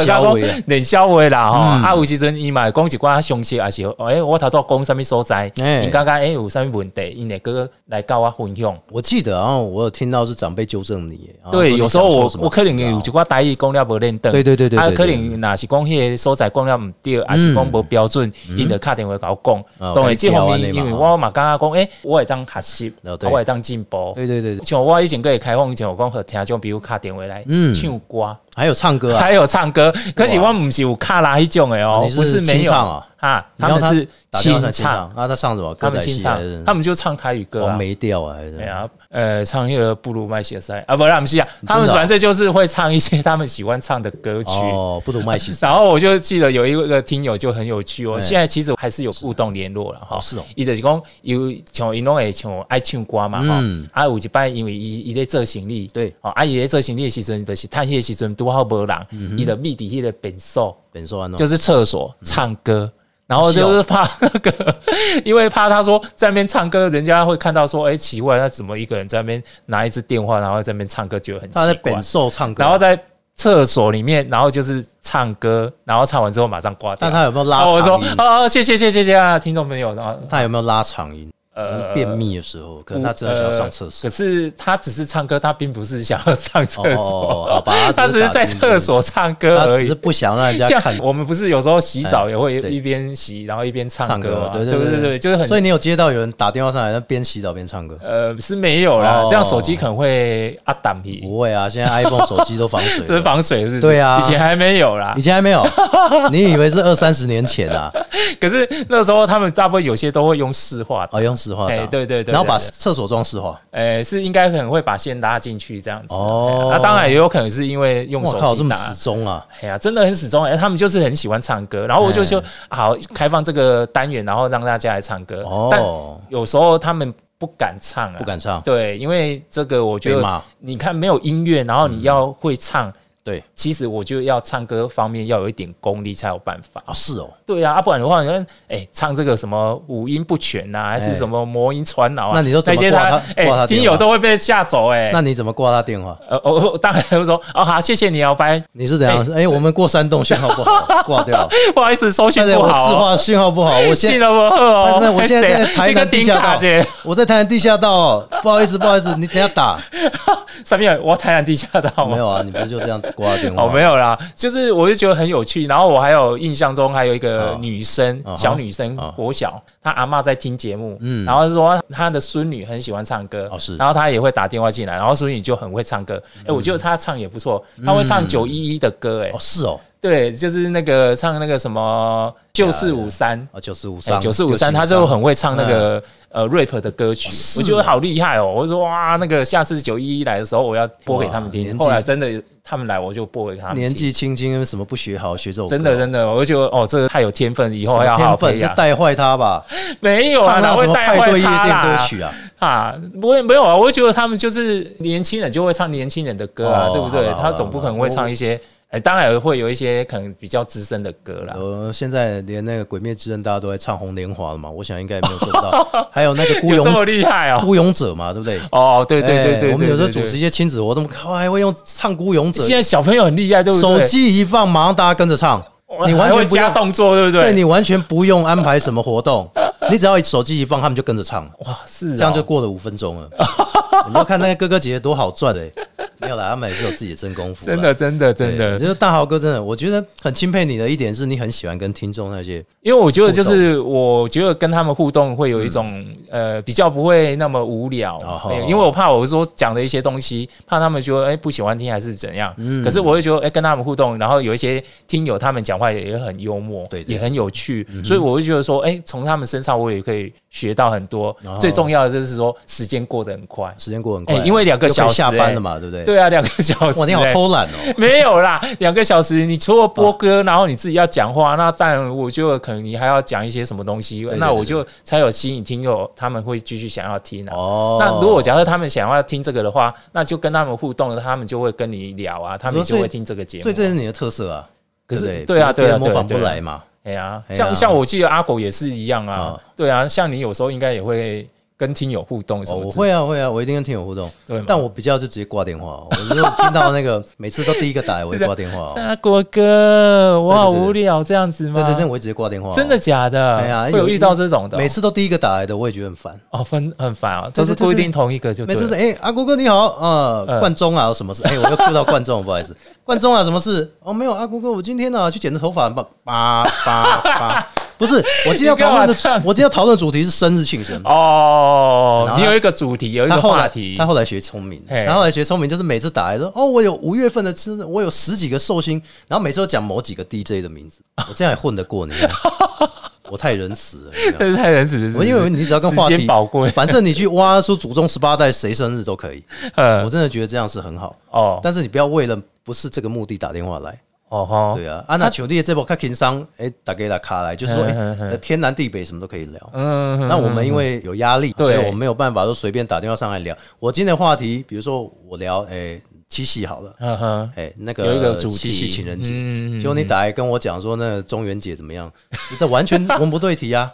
Speaker 3: 讲冷笑话啦吼，
Speaker 1: 嗯
Speaker 3: 啊有时阵伊嘛会讲一寡详细，也是哎我头拄讲啥物所在，
Speaker 1: 哎
Speaker 3: 因感觉哎有啥物问题，因会哥来甲我分享。
Speaker 1: 我记得啊，我有听到是长辈纠正你耶，然后
Speaker 3: 对，
Speaker 1: 啊说你
Speaker 3: 有时候
Speaker 1: 讲
Speaker 3: 我
Speaker 1: 错什么
Speaker 3: 我可能
Speaker 1: 词啊
Speaker 3: 有一寡台语讲了无认得，
Speaker 1: 对对对对
Speaker 3: 啊，
Speaker 1: 对
Speaker 3: 可
Speaker 1: 对嗯
Speaker 3: 能若是讲迄个所在讲了毋对，还是讲无标准，因着敲电话甲我
Speaker 1: 哦
Speaker 3: 讲。当然，这方
Speaker 1: 跟你
Speaker 3: 面
Speaker 1: 调安
Speaker 3: 因
Speaker 1: 尼
Speaker 3: 为
Speaker 1: 嘛
Speaker 3: 我嘛感觉讲，诶，我会当学习，
Speaker 1: 哦
Speaker 3: 啊
Speaker 1: 对
Speaker 3: 我会当进步。
Speaker 1: 对对对对
Speaker 3: 像我以前个会开放以前，我讲互听众，比如敲电话来
Speaker 1: 嗯
Speaker 3: 唱歌，
Speaker 1: 还有唱歌啊，
Speaker 3: 还有唱歌，可是我们不是有卡拉一种的哦，
Speaker 1: 你
Speaker 3: 不是没
Speaker 1: 清
Speaker 3: 有
Speaker 1: 唱啊？
Speaker 3: 啊，
Speaker 1: 你
Speaker 3: 他
Speaker 1: 让
Speaker 3: 们是
Speaker 1: 打电话才清
Speaker 3: 唱，
Speaker 1: 唱啊，他唱什么？歌
Speaker 3: 他们
Speaker 1: 仔
Speaker 3: 清
Speaker 1: 戏嗯
Speaker 3: 唱
Speaker 1: 还是，
Speaker 3: 他们就唱台语歌
Speaker 1: 黄
Speaker 3: 啊。
Speaker 1: 梅调啊？还是
Speaker 3: 对啊，呃，唱那个布鲁麦写塞啊，不啦，不是啊，他
Speaker 1: 真
Speaker 3: 们
Speaker 1: 的啊
Speaker 3: 反正就是会唱一些他们喜欢唱的歌曲。
Speaker 1: 哦，不懂麦西
Speaker 3: 然后我就记得有一个听友就很有趣
Speaker 1: 哎
Speaker 3: 哦，现在其实还是有互动联络了哈。
Speaker 1: 是哦
Speaker 3: 伊就是讲有像伊拢会像爱唱歌嘛哈
Speaker 1: 嗯，
Speaker 3: 啊有一摆因为伊伊咧做生理，
Speaker 1: 对
Speaker 3: 哦，啊伊咧做生理的时阵，就是趁迄个时阵拄好无人，
Speaker 1: 嗯
Speaker 3: 伊就秘伫迄个便所，
Speaker 1: 本硕安哦，
Speaker 3: 就是厕所唱歌。然后就是怕那个， *laughs* 因为怕他说在那边唱歌，人家会看到说，哎，奇怪，他怎么一个人在那边拿一支电话，然后在那边唱歌，觉得很奇
Speaker 1: 他在
Speaker 3: 怪。
Speaker 1: 本硕唱歌，啊
Speaker 3: 然后在厕所里面，然后就是唱歌，然后唱完之后马上挂掉。
Speaker 1: 但他有没有拉
Speaker 3: 然后我说
Speaker 1: 长音？
Speaker 3: 啊，谢谢谢谢谢谢啊，听众朋友，然后
Speaker 1: 他有没有拉长音？
Speaker 3: 呃
Speaker 1: 便秘的时候，可能他真的想要上厕所
Speaker 3: 呃可是他只是唱歌，他并呃不是想要上厕
Speaker 1: 哦
Speaker 3: 所，
Speaker 1: 好吧他
Speaker 3: 他
Speaker 1: 只
Speaker 3: 只
Speaker 1: 是
Speaker 3: 是在厕所唱歌
Speaker 1: 他
Speaker 3: 而
Speaker 1: 只
Speaker 3: 已
Speaker 1: 是。不想让人家看
Speaker 3: 像。我们不是有时候洗澡也会
Speaker 1: 哎对
Speaker 3: 一边洗，然后一边唱
Speaker 1: 唱
Speaker 3: 歌
Speaker 1: 歌啊
Speaker 3: 嘛，，
Speaker 1: 对
Speaker 3: 对
Speaker 1: 对
Speaker 3: 对，就是
Speaker 1: 所以
Speaker 3: 很
Speaker 1: 你有接到有人打电话上来，那边洗澡边唱歌？
Speaker 3: 呃是没有啦
Speaker 1: 哦，
Speaker 3: 这样手机可能会啊挡皮，
Speaker 1: 不会啊，现在 iPhone 手机都防水
Speaker 3: *laughs* 这是
Speaker 1: 了，
Speaker 3: 防水是不是？
Speaker 1: 对啊
Speaker 3: 以前还没有啦
Speaker 1: 以。前还没有。你以为是二三十年前啊？
Speaker 3: 可是那时候他们大部分有些都会用湿化
Speaker 1: 哦，用石化
Speaker 3: 哎
Speaker 1: 档
Speaker 3: 对对对
Speaker 1: 然后
Speaker 3: 对
Speaker 1: 把
Speaker 3: 对
Speaker 1: 厕所装石化。
Speaker 3: 呃，是应该可能会把线拉进去这样子。
Speaker 1: 哦
Speaker 3: 哦，那、当然也有可能是因为用
Speaker 1: 我靠，
Speaker 3: 手
Speaker 1: 这
Speaker 3: 机
Speaker 1: 么
Speaker 3: 打。
Speaker 1: 始终啊！
Speaker 3: 哎呀，真的很始终哎、他们就是很喜欢唱歌，然后我就说、好开放这个单元，然后让大家来唱歌。但
Speaker 1: 哎哦，
Speaker 3: 有时候他们不敢唱啊，
Speaker 1: 不敢唱，
Speaker 3: 对，因为这个我觉
Speaker 1: 被
Speaker 3: 得
Speaker 1: 骂
Speaker 3: 你看没有音乐，然后你要会唱，
Speaker 1: 对，
Speaker 3: 其实我觉得要唱歌方面要有一点功力才有办法。
Speaker 1: 哦是哦。
Speaker 3: 对啊，啊不然的话，你看，哎、唱这个什么五音不全呐、啊，还
Speaker 1: 哎
Speaker 3: 是什么魔音传脑啊？
Speaker 1: 那你都怎么
Speaker 3: 那些
Speaker 1: 挂他挂他
Speaker 3: 哎、
Speaker 1: 电话
Speaker 3: 听友都会被吓走哎、
Speaker 1: 那你怎么挂他电话？
Speaker 3: 呃，我我当然会说，哦好，谢谢你哦，拜， *laughs*
Speaker 1: 你是怎样？哎，我们过山洞信号不好，挂掉。
Speaker 3: 不好意思，收信
Speaker 1: 但是
Speaker 3: 不
Speaker 1: 哎我市
Speaker 3: 好、哦，
Speaker 1: 话信号不好，我
Speaker 3: 信
Speaker 1: 现
Speaker 3: 了我喝哦
Speaker 1: 但，是我现在在台
Speaker 3: *laughs* 一个
Speaker 1: 南地
Speaker 3: 顶
Speaker 1: 下
Speaker 3: 卡
Speaker 1: 道
Speaker 3: 姐，
Speaker 1: 我在台南地下道哦，不好意思，不好意思，你等一下打
Speaker 3: 上面我台南地下道
Speaker 1: 没
Speaker 3: 吗？
Speaker 1: 有啊？你不是就这样挂电话？
Speaker 3: 哦哦，没有啦，就是我就觉得很有趣，然后我还有印象中还有一个
Speaker 1: 哦
Speaker 3: 女生，
Speaker 1: 啊哈
Speaker 3: 小女生
Speaker 1: 啊，
Speaker 3: 国小，她阿嬷在听节目，
Speaker 1: 嗯
Speaker 3: 嗯，然后说她的孙女很喜欢唱歌，
Speaker 1: 哦是嗯
Speaker 3: 然后她也会打电话进来，然后孙女就很会唱歌，哎，我觉得她唱也不错，她会唱九一一的歌，哎
Speaker 1: 哦，，是哦，
Speaker 3: 对，就是那个唱那个什么九四五三。
Speaker 1: 啊，九四五
Speaker 3: 哎
Speaker 1: 三，
Speaker 3: 九四五三，
Speaker 1: 9453
Speaker 3: 他就很会唱那个、呃 rap 的歌曲，
Speaker 1: 是
Speaker 3: 我觉得好厉害哦！我就说哇，那个下次九一一来的时候，我要播给他们
Speaker 1: 哇年
Speaker 3: 听。
Speaker 1: 纪
Speaker 3: 后来真的他们来，我就播给他们听。
Speaker 1: 年纪轻轻什么不学好，学这种
Speaker 3: 真的真的，我就觉得哦，这个太有天分，以后要好好
Speaker 1: 天分
Speaker 3: 培
Speaker 1: 就
Speaker 3: 养。
Speaker 1: 带坏他
Speaker 3: *laughs*
Speaker 1: 吧，
Speaker 3: 没有啊，
Speaker 1: 唱
Speaker 3: 哪
Speaker 1: 那
Speaker 3: 会
Speaker 1: 什么
Speaker 3: 带
Speaker 1: 派对
Speaker 3: 坏
Speaker 1: 夜
Speaker 3: 他
Speaker 1: 店歌
Speaker 3: 啦？
Speaker 1: 曲啊，
Speaker 3: 啊，不会没有啊，我会觉得他们就是年轻人就会唱年轻人的歌啊，
Speaker 1: 哦
Speaker 3: 对不对
Speaker 1: 好吧？
Speaker 3: 他总不可能会唱一些，哎，当然会有一些可能比较资深的歌啦。
Speaker 1: 呃，现在连那个《鬼灭之刃》大家都在唱《红莲华》了嘛，我想应该也没有做不
Speaker 3: *laughs*
Speaker 1: 到。还有那个孤
Speaker 3: 有这么
Speaker 1: 勇
Speaker 3: 厉害哦？
Speaker 1: 孤勇者嘛，对不对？
Speaker 3: 哦， *laughs* 对对对
Speaker 1: 哎
Speaker 3: 对，
Speaker 1: 我们有时候
Speaker 3: 对对
Speaker 1: 主
Speaker 3: 对
Speaker 1: 持一些亲子活动，靠，还会用唱孤勇者，
Speaker 3: 现在小朋友很厉害，对不
Speaker 1: 手
Speaker 3: 对？
Speaker 1: 机一放，马上大家跟着唱，
Speaker 3: 哇
Speaker 1: 你完
Speaker 3: 还会
Speaker 1: 全不
Speaker 3: 加
Speaker 1: 用，
Speaker 3: 动作，对不对？
Speaker 1: 对你完全不用安排什么活
Speaker 3: *laughs*
Speaker 1: 动，你只要手机一放，他们就跟着唱，
Speaker 3: 哇，是哦
Speaker 1: 这样就过了五分
Speaker 3: *laughs*
Speaker 1: 钟了。你要看那个哥哥姐姐多好赚哎，没有啦，他们也是有自己的真功夫啦，啊
Speaker 3: 真的真的真
Speaker 1: 对
Speaker 3: 的，
Speaker 1: 就是大豪哥真的，我觉得很钦佩你的一点是你很喜欢跟听众那些
Speaker 3: 因为我觉得就是，我觉得跟他们互动会有一种、呃比较不会那么无聊，
Speaker 1: 嗯哦
Speaker 3: 哎因为我怕我说讲的一些东西，怕他们觉得哎、不喜欢听还是怎样。
Speaker 1: 嗯
Speaker 3: 可是我会觉得哎、跟他们互动，然后有一些听友他们讲话也也很幽默，
Speaker 1: 对嗯对
Speaker 3: 也很有趣，所以我会觉得说哎从、他们身上我也可以学到很多。
Speaker 1: 哦
Speaker 3: 最重要的就是说时间过得很快，
Speaker 1: 时间过很快，
Speaker 3: 哎因为两个
Speaker 1: 又可以
Speaker 3: 小时
Speaker 1: 下班
Speaker 3: 哎
Speaker 1: 了嘛，对不对？
Speaker 3: 对啊，两个小时、
Speaker 1: 哇，你好
Speaker 3: 哎
Speaker 1: 偷懒哦，
Speaker 3: *laughs* 没有啦，两个小时，你除了播歌，
Speaker 1: 啊
Speaker 3: 然后你自己要讲话，那当然我就可能你还要讲一些什么东西，
Speaker 1: 对
Speaker 3: 那
Speaker 1: 对
Speaker 3: 我就才有吸引听友，他们会继续想要听啊。
Speaker 1: 哦，
Speaker 3: 那如果假设他们想要听这个的话，那就跟他们互动，他们就会跟你聊啊，他们
Speaker 1: 所
Speaker 3: 就
Speaker 1: 以
Speaker 3: 会听这个节目
Speaker 1: 所
Speaker 3: 啊。
Speaker 1: 以这是你的特色啊，
Speaker 3: 可是
Speaker 1: 对不
Speaker 3: 对啊
Speaker 1: 别
Speaker 3: 对啊
Speaker 1: 人模仿不
Speaker 3: 对啊对啊
Speaker 1: 来嘛，
Speaker 3: 哎呀，
Speaker 1: 哎呀
Speaker 3: 像像我记得阿狗也是一样啊
Speaker 1: 啊，
Speaker 3: 对啊，像你有时候应该也会跟听友互动什
Speaker 1: 哦，
Speaker 3: 么
Speaker 1: 我
Speaker 3: 之类的，
Speaker 1: 会啊会啊，我一定跟听友互动
Speaker 3: 对嘛，
Speaker 1: 但我比较就直接挂电话哦，我就听到那个每次都第一个打来，我会挂电话哦，
Speaker 3: 阿狗哥，我好
Speaker 1: 对对对
Speaker 3: 无聊这样子吗？
Speaker 1: 对对对，我会直接挂电话哦，
Speaker 3: 真的假的？
Speaker 1: 哎呀
Speaker 3: 呃会有遇到这种的哦，
Speaker 1: 每次都第一个打来的，我也觉得很烦。
Speaker 3: 哦，分很烦啊，
Speaker 1: 对
Speaker 3: 都
Speaker 1: 对
Speaker 3: 是
Speaker 1: 对
Speaker 3: 固
Speaker 1: 对
Speaker 3: 定同一个就
Speaker 1: 每
Speaker 3: 对
Speaker 1: 次
Speaker 3: 了
Speaker 1: 都哎、阿国哥你好，呃，
Speaker 3: 嗯
Speaker 1: 冠中啊，有什么事？哎、我又 Q 到冠中，不 *laughs* 好意思，冠中啊，什么事？哦，没有，阿国哥，我今天呢、去剪的头发，叭叭叭叭， *laughs* 不是，我今天要讨论
Speaker 3: 你干嘛
Speaker 1: 的
Speaker 3: 唱，
Speaker 1: 我今天要讨论的主题是生日庆生。
Speaker 3: 哦
Speaker 1: 然，后
Speaker 3: 你有一个主题，有一
Speaker 1: 他
Speaker 3: 个
Speaker 1: 后来
Speaker 3: 话题
Speaker 1: 他，后来学聪明，
Speaker 3: 嘿
Speaker 1: 他后来学聪明就是每次打来说哦，我有五月份的生日，我有十几个寿星，然后每次都讲某几个 DJ 的名字，我这样也混得过你
Speaker 3: *laughs*
Speaker 1: 吗？我太仁慈了，你知道吗
Speaker 3: 这是太仁慈了，
Speaker 1: 我因为你只要跟话
Speaker 3: 时
Speaker 1: 题
Speaker 3: 间宝贵
Speaker 1: *laughs* 反正你去挖出祖宗十八代谁生日都可以，
Speaker 3: 呃
Speaker 1: 我真的觉得这样是很好，
Speaker 3: 哦
Speaker 1: 但是你不要为了不是这个目的打电话来。
Speaker 3: 哦吼，
Speaker 1: 对啊，安娜球弟这波看情商，哎，打给他卡来，就是说，
Speaker 3: 嗯
Speaker 1: 哎
Speaker 3: 嗯嗯，
Speaker 1: 天南地北什么都可以聊。
Speaker 3: 嗯，嗯
Speaker 1: 那我们因为有压力，所以
Speaker 3: 对
Speaker 1: 我没有办法说随便打电话上来聊。我今天的话题，比如说我聊诶七夕好了，
Speaker 3: 嗯哼，
Speaker 1: 诶那
Speaker 3: 有一
Speaker 1: 个
Speaker 3: 个主
Speaker 1: 七
Speaker 3: 题
Speaker 1: 夕情人节
Speaker 3: 嗯嗯，嗯
Speaker 1: 结果你打来跟我讲说那个中元节怎么样，这完全文不对题啊！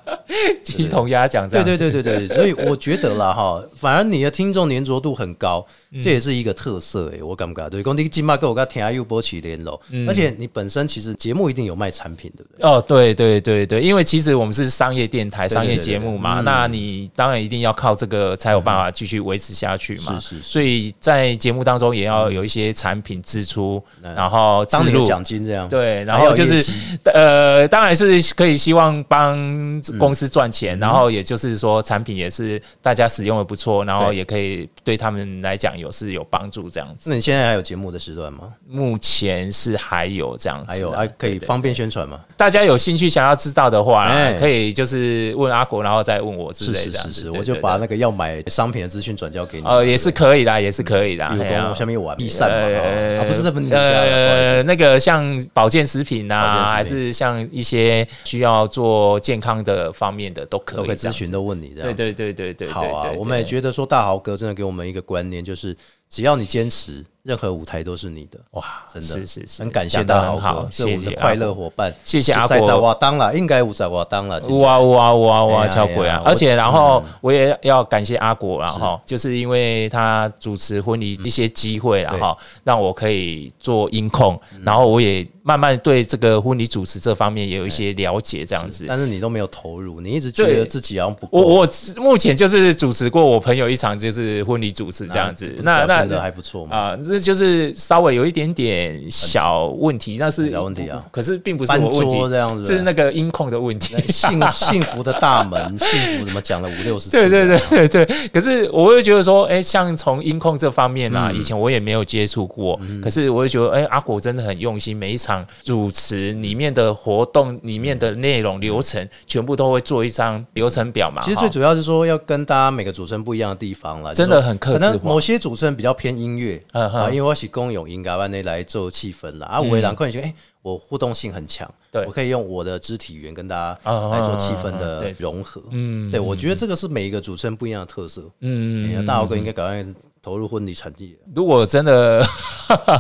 Speaker 3: 鸡同鸭讲这
Speaker 1: 对
Speaker 3: 样，
Speaker 1: 对对对对，所以我觉得
Speaker 3: *laughs*
Speaker 1: 啦哈，反而你的听众粘着度很高，
Speaker 3: 嗯
Speaker 1: 这也是一个特色诶、我感觉对，讲你今麦跟我跟听又波起联络，
Speaker 3: 嗯
Speaker 1: 而且你本身其实节目一定有卖产品，对不对？
Speaker 3: 哦，对对对对，因为其实我们是商业电台、
Speaker 1: 对嗯
Speaker 3: 商业节目嘛，
Speaker 1: 对对对
Speaker 3: 那你当然一定要靠这个才有办法继续维持下去嘛。
Speaker 1: 嗯是是是
Speaker 3: 所以在节目当中也要有一些产品支出，然后
Speaker 1: 嗯当
Speaker 3: 植
Speaker 1: 你的
Speaker 3: 入。
Speaker 1: 奖金这样，
Speaker 3: 对，然
Speaker 1: 嗯还有
Speaker 3: 后就
Speaker 1: 业
Speaker 3: 是
Speaker 1: 绩
Speaker 3: 呃，当然是可以希望帮公司赚钱，
Speaker 1: 嗯
Speaker 3: 然后也就是说产品也是大家使用的不错，然后
Speaker 1: 对
Speaker 3: 也可以对他们来讲有是有帮助这样子。
Speaker 1: 那你现在还有节目的时段吗？
Speaker 3: 目前是还有这样子啊，
Speaker 1: 还有哎还可以
Speaker 3: 对对
Speaker 1: 方便宣传吗？
Speaker 3: 大家有兴趣想要知道的话啦，
Speaker 1: 哎
Speaker 3: 可以就是问阿国，然后再问我之
Speaker 1: 是
Speaker 3: 类的。
Speaker 1: 是
Speaker 3: 这样
Speaker 1: 是
Speaker 3: 子
Speaker 1: 是，
Speaker 3: 对
Speaker 1: 我就
Speaker 3: 对
Speaker 1: 把
Speaker 3: 对
Speaker 1: 那个要买商品的资讯转交给你。
Speaker 3: 呃也是可以啦，也是可以啦。
Speaker 1: 比如
Speaker 3: 嘿啊哎
Speaker 1: 说下面玩比赛嘛，哦啊不是这不是你家的，不好意思
Speaker 3: 呃，那个像保健食品呐、
Speaker 1: 保健
Speaker 3: 还
Speaker 1: 食品
Speaker 3: 是像一些需要做健康的方面的，都可以
Speaker 1: 都可以
Speaker 3: 这
Speaker 1: 咨
Speaker 3: 样子
Speaker 1: 询，都问你这样
Speaker 3: 对
Speaker 1: 子。
Speaker 3: 对对对对，
Speaker 1: 好啊
Speaker 3: 对，对
Speaker 1: 我们也
Speaker 3: 对
Speaker 1: 觉得说大豪哥真的给我们一个观念，就是只要你坚持，任何舞台都是你的。
Speaker 3: 哇，
Speaker 1: 真的
Speaker 3: 是是是，
Speaker 1: 很感谢
Speaker 3: 讲得
Speaker 1: 大豪
Speaker 3: 很好
Speaker 1: 哥，，是我
Speaker 3: 谢
Speaker 1: 们
Speaker 3: 谢
Speaker 1: 的快乐
Speaker 3: 阿国。
Speaker 1: 伙伴，
Speaker 3: 谢谢阿国
Speaker 1: 是在瓦当啦，应该五在瓦当啦。今天
Speaker 3: 哇哇哇
Speaker 1: 哎
Speaker 3: 哇，
Speaker 1: 呀
Speaker 3: 超鬼啊
Speaker 1: 哎呀！
Speaker 3: 而且，
Speaker 1: 我
Speaker 3: 然后我也要感谢阿果啦，然后就是因为他主持婚礼一些机会啦，
Speaker 1: 嗯对嗯
Speaker 3: 哈，让我可以做音控，然后我也慢慢对这个婚礼主持这方面也有一些了解，这样子。
Speaker 1: 但是你都没有投入，你一直觉得
Speaker 3: 对
Speaker 1: 自己好像不够。
Speaker 3: 我我目前就是主持过我朋友一场就是婚礼主持这样子，
Speaker 1: 表
Speaker 3: 那那
Speaker 1: 现的还不错嘛，
Speaker 3: 啊，这就是稍微有一点点小问题，那是
Speaker 1: 小问题啊
Speaker 3: 可是并不是
Speaker 1: 翻
Speaker 3: 我问
Speaker 1: 桌
Speaker 3: 题，
Speaker 1: 这样子
Speaker 3: 是那个音控的问题。
Speaker 1: 幸幸福的大门，幸福怎么讲了五六十次？
Speaker 3: 对对对对对，可是我会觉得说，哎、像从音控这方面啊，
Speaker 1: 嗯
Speaker 3: 以前我也没有接触过，可是我会觉得，哎、阿果真的很用心，每一场主持里面的活动里面的内容流程，全部都会做一张流程表嘛。
Speaker 1: 嗯其实最
Speaker 3: 哈
Speaker 1: 主要是说要跟大家每个主持人不一样的地方了，
Speaker 3: 真的很克制
Speaker 1: 可
Speaker 3: 化
Speaker 1: 能某些主持人比较偏音乐，
Speaker 3: 嗯哼
Speaker 1: 啊，因为我是公用音嘎万内来做气氛啦。啊，维兰可能觉得，哎，我互动性很强，
Speaker 3: 对
Speaker 1: 我可以用我的肢体语言跟大家
Speaker 3: 嗯嗯
Speaker 1: 来做气氛
Speaker 3: 嗯嗯嗯
Speaker 1: 的
Speaker 3: 对
Speaker 1: 融合。嗯，对，我觉得这个是每一个主持人不一样的特色。
Speaker 3: 嗯，
Speaker 1: 嗯，大豪哥应该赶快投入婚礼产
Speaker 3: *laughs*
Speaker 1: 业，
Speaker 3: 如果真的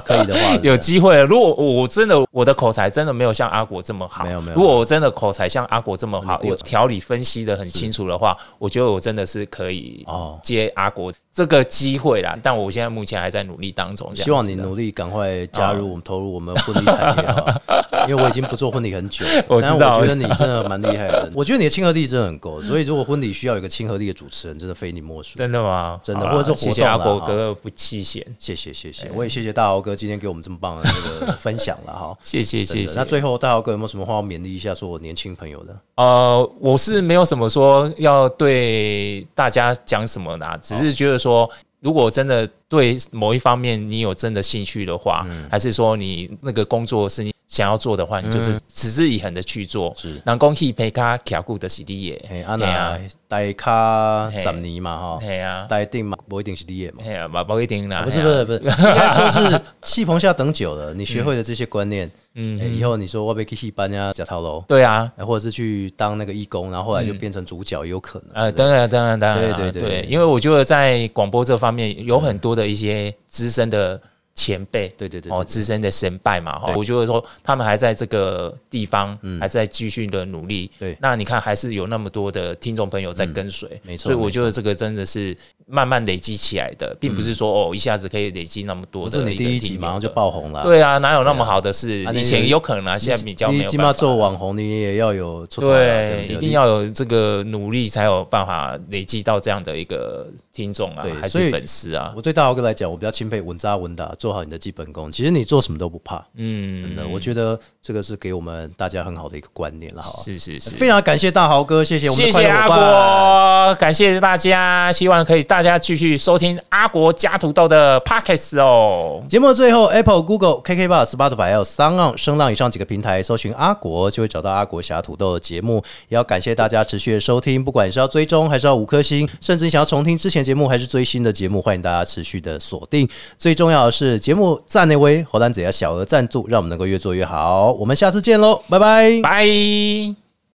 Speaker 1: 可以的话
Speaker 3: 有机会，如果我真的我的口才真的没有像阿果这么好，
Speaker 1: 没有没有
Speaker 3: 如果我真的口才像阿果这么好，
Speaker 1: 嗯
Speaker 3: 有条理分析的很清楚的话，我觉得我真的是可以
Speaker 1: 哦
Speaker 3: 接阿国这个机会啦。但我现在目前还在努力当中，
Speaker 1: 希望你
Speaker 3: 这样子啊
Speaker 1: 努力，赶快加入我们，投入我们婚礼产业
Speaker 3: *laughs*
Speaker 1: 啊！因为我已经不做婚礼很久了，
Speaker 3: 我知
Speaker 1: 但
Speaker 3: 道
Speaker 1: 是我觉得你真的蛮厉害的。我觉得你的亲和力真的很够，所以如果婚礼需要有一个亲和力的主持人，真的非你莫属。
Speaker 3: 真的吗？
Speaker 1: 真的
Speaker 3: 好啦
Speaker 1: 或者是活动啊
Speaker 3: 谢谢阿
Speaker 1: 啦
Speaker 3: 国
Speaker 1: 哈
Speaker 3: 哥不弃嫌，
Speaker 1: 谢谢谢谢，我也谢谢大豪哥今天给我们这么棒的这个分享了哈。
Speaker 3: 谢谢
Speaker 1: 真的
Speaker 3: *laughs* 谢谢。
Speaker 1: 那最后，大豪哥有没有什么话要勉励一下，说我年轻朋友的？
Speaker 3: 呃，我是没有什么说要对大家讲什么啦，只是觉得说，如果真的对某一方面你有真的兴趣的话，
Speaker 1: 嗯
Speaker 3: 还是说你那个工作是你想要做的话，你就是持之以恒的去做。
Speaker 1: 嗯是
Speaker 3: 人讲去陪卡卡固的是你
Speaker 1: 哎、
Speaker 3: 耶，
Speaker 1: 安
Speaker 3: 嘿
Speaker 1: 娜
Speaker 3: 啊，
Speaker 1: 待卡
Speaker 3: 嘿
Speaker 1: 十年嘛哈，
Speaker 3: 嘿啊，
Speaker 1: 待定嘛，不一定是你的嘛。
Speaker 3: 嘿啊，不不一定啦，
Speaker 1: 不是
Speaker 3: 嘿
Speaker 1: 不
Speaker 3: 啊
Speaker 1: 是，不是，
Speaker 3: *laughs*
Speaker 1: 应该说是戏棚下等久了，你学会了这些观念，嗯，以后你说我被去戏班呀假套楼，
Speaker 3: 对啊，
Speaker 1: 哎或者是去当那个义工，然后后来就变成主角也有可能。
Speaker 3: 呃，当然，当然，当然啊，
Speaker 1: 对对对对
Speaker 3: 因为我觉得在广播这方面有很多的一些资深的前辈，
Speaker 1: 对对对对
Speaker 3: 哦，
Speaker 1: 对
Speaker 3: 资深的神拜嘛，哈
Speaker 1: 对，嗯
Speaker 3: 我觉得说他们还在这个地方，还在继续的努力，
Speaker 1: 对嗯
Speaker 3: 那你看还是有那么多的听众朋友在跟随，
Speaker 1: 没错嗯
Speaker 3: 所以我觉得这个真的是慢慢累积起来的，并不是说哦一下子可以累积那么多
Speaker 1: 不
Speaker 3: 的
Speaker 1: 是
Speaker 3: 个听友
Speaker 1: 你
Speaker 3: 的，
Speaker 1: 第一集马上就爆红了，，
Speaker 3: 对啊，哪有那么好的事
Speaker 1: 啊？那
Speaker 3: 以前有可能啊，现在比较
Speaker 1: 第
Speaker 3: 没
Speaker 1: 一
Speaker 3: 有
Speaker 1: 集
Speaker 3: 办
Speaker 1: 嘛
Speaker 3: 法。
Speaker 1: 做网红，你也要有出头啊，
Speaker 3: 对，一定
Speaker 1: 要。
Speaker 3: 要有这个努力，才有办法累积到这样的一个听众啊
Speaker 1: 对，
Speaker 3: 还
Speaker 1: 所以
Speaker 3: 是粉丝啊。
Speaker 1: 我对大豪哥来讲，我比较钦佩稳扎稳打的做好你的基本功，其实你做什么都不怕。
Speaker 3: 嗯，
Speaker 1: 真的，我觉得这个是给我们大家很好的一个观念了，哈。
Speaker 3: 是是是，
Speaker 1: 非常感谢大豪哥，谢谢我们
Speaker 3: 谢
Speaker 1: 的快
Speaker 3: 谢
Speaker 1: 乐
Speaker 3: 阿
Speaker 1: 伙伴。
Speaker 3: 国，感谢大家，希望可以大家继续收听阿国加土豆的 Pockets 哦。
Speaker 1: 节目的最后，Apple、Google、KK b o x Spotify 还有 s o n On 声浪以上几个平台搜寻阿国，就会找到阿啊国侠土豆的节目。也要感谢大家持续的收听，不管是要追踪还是要五颗星，甚至你想要重听之前节目还是追新的节目，欢迎大家持续的锁定。最重要的是，节目赞那位荷兰姐要小额赞助，让我们能够越做越好。我们下次见喽，拜拜。
Speaker 3: 拜。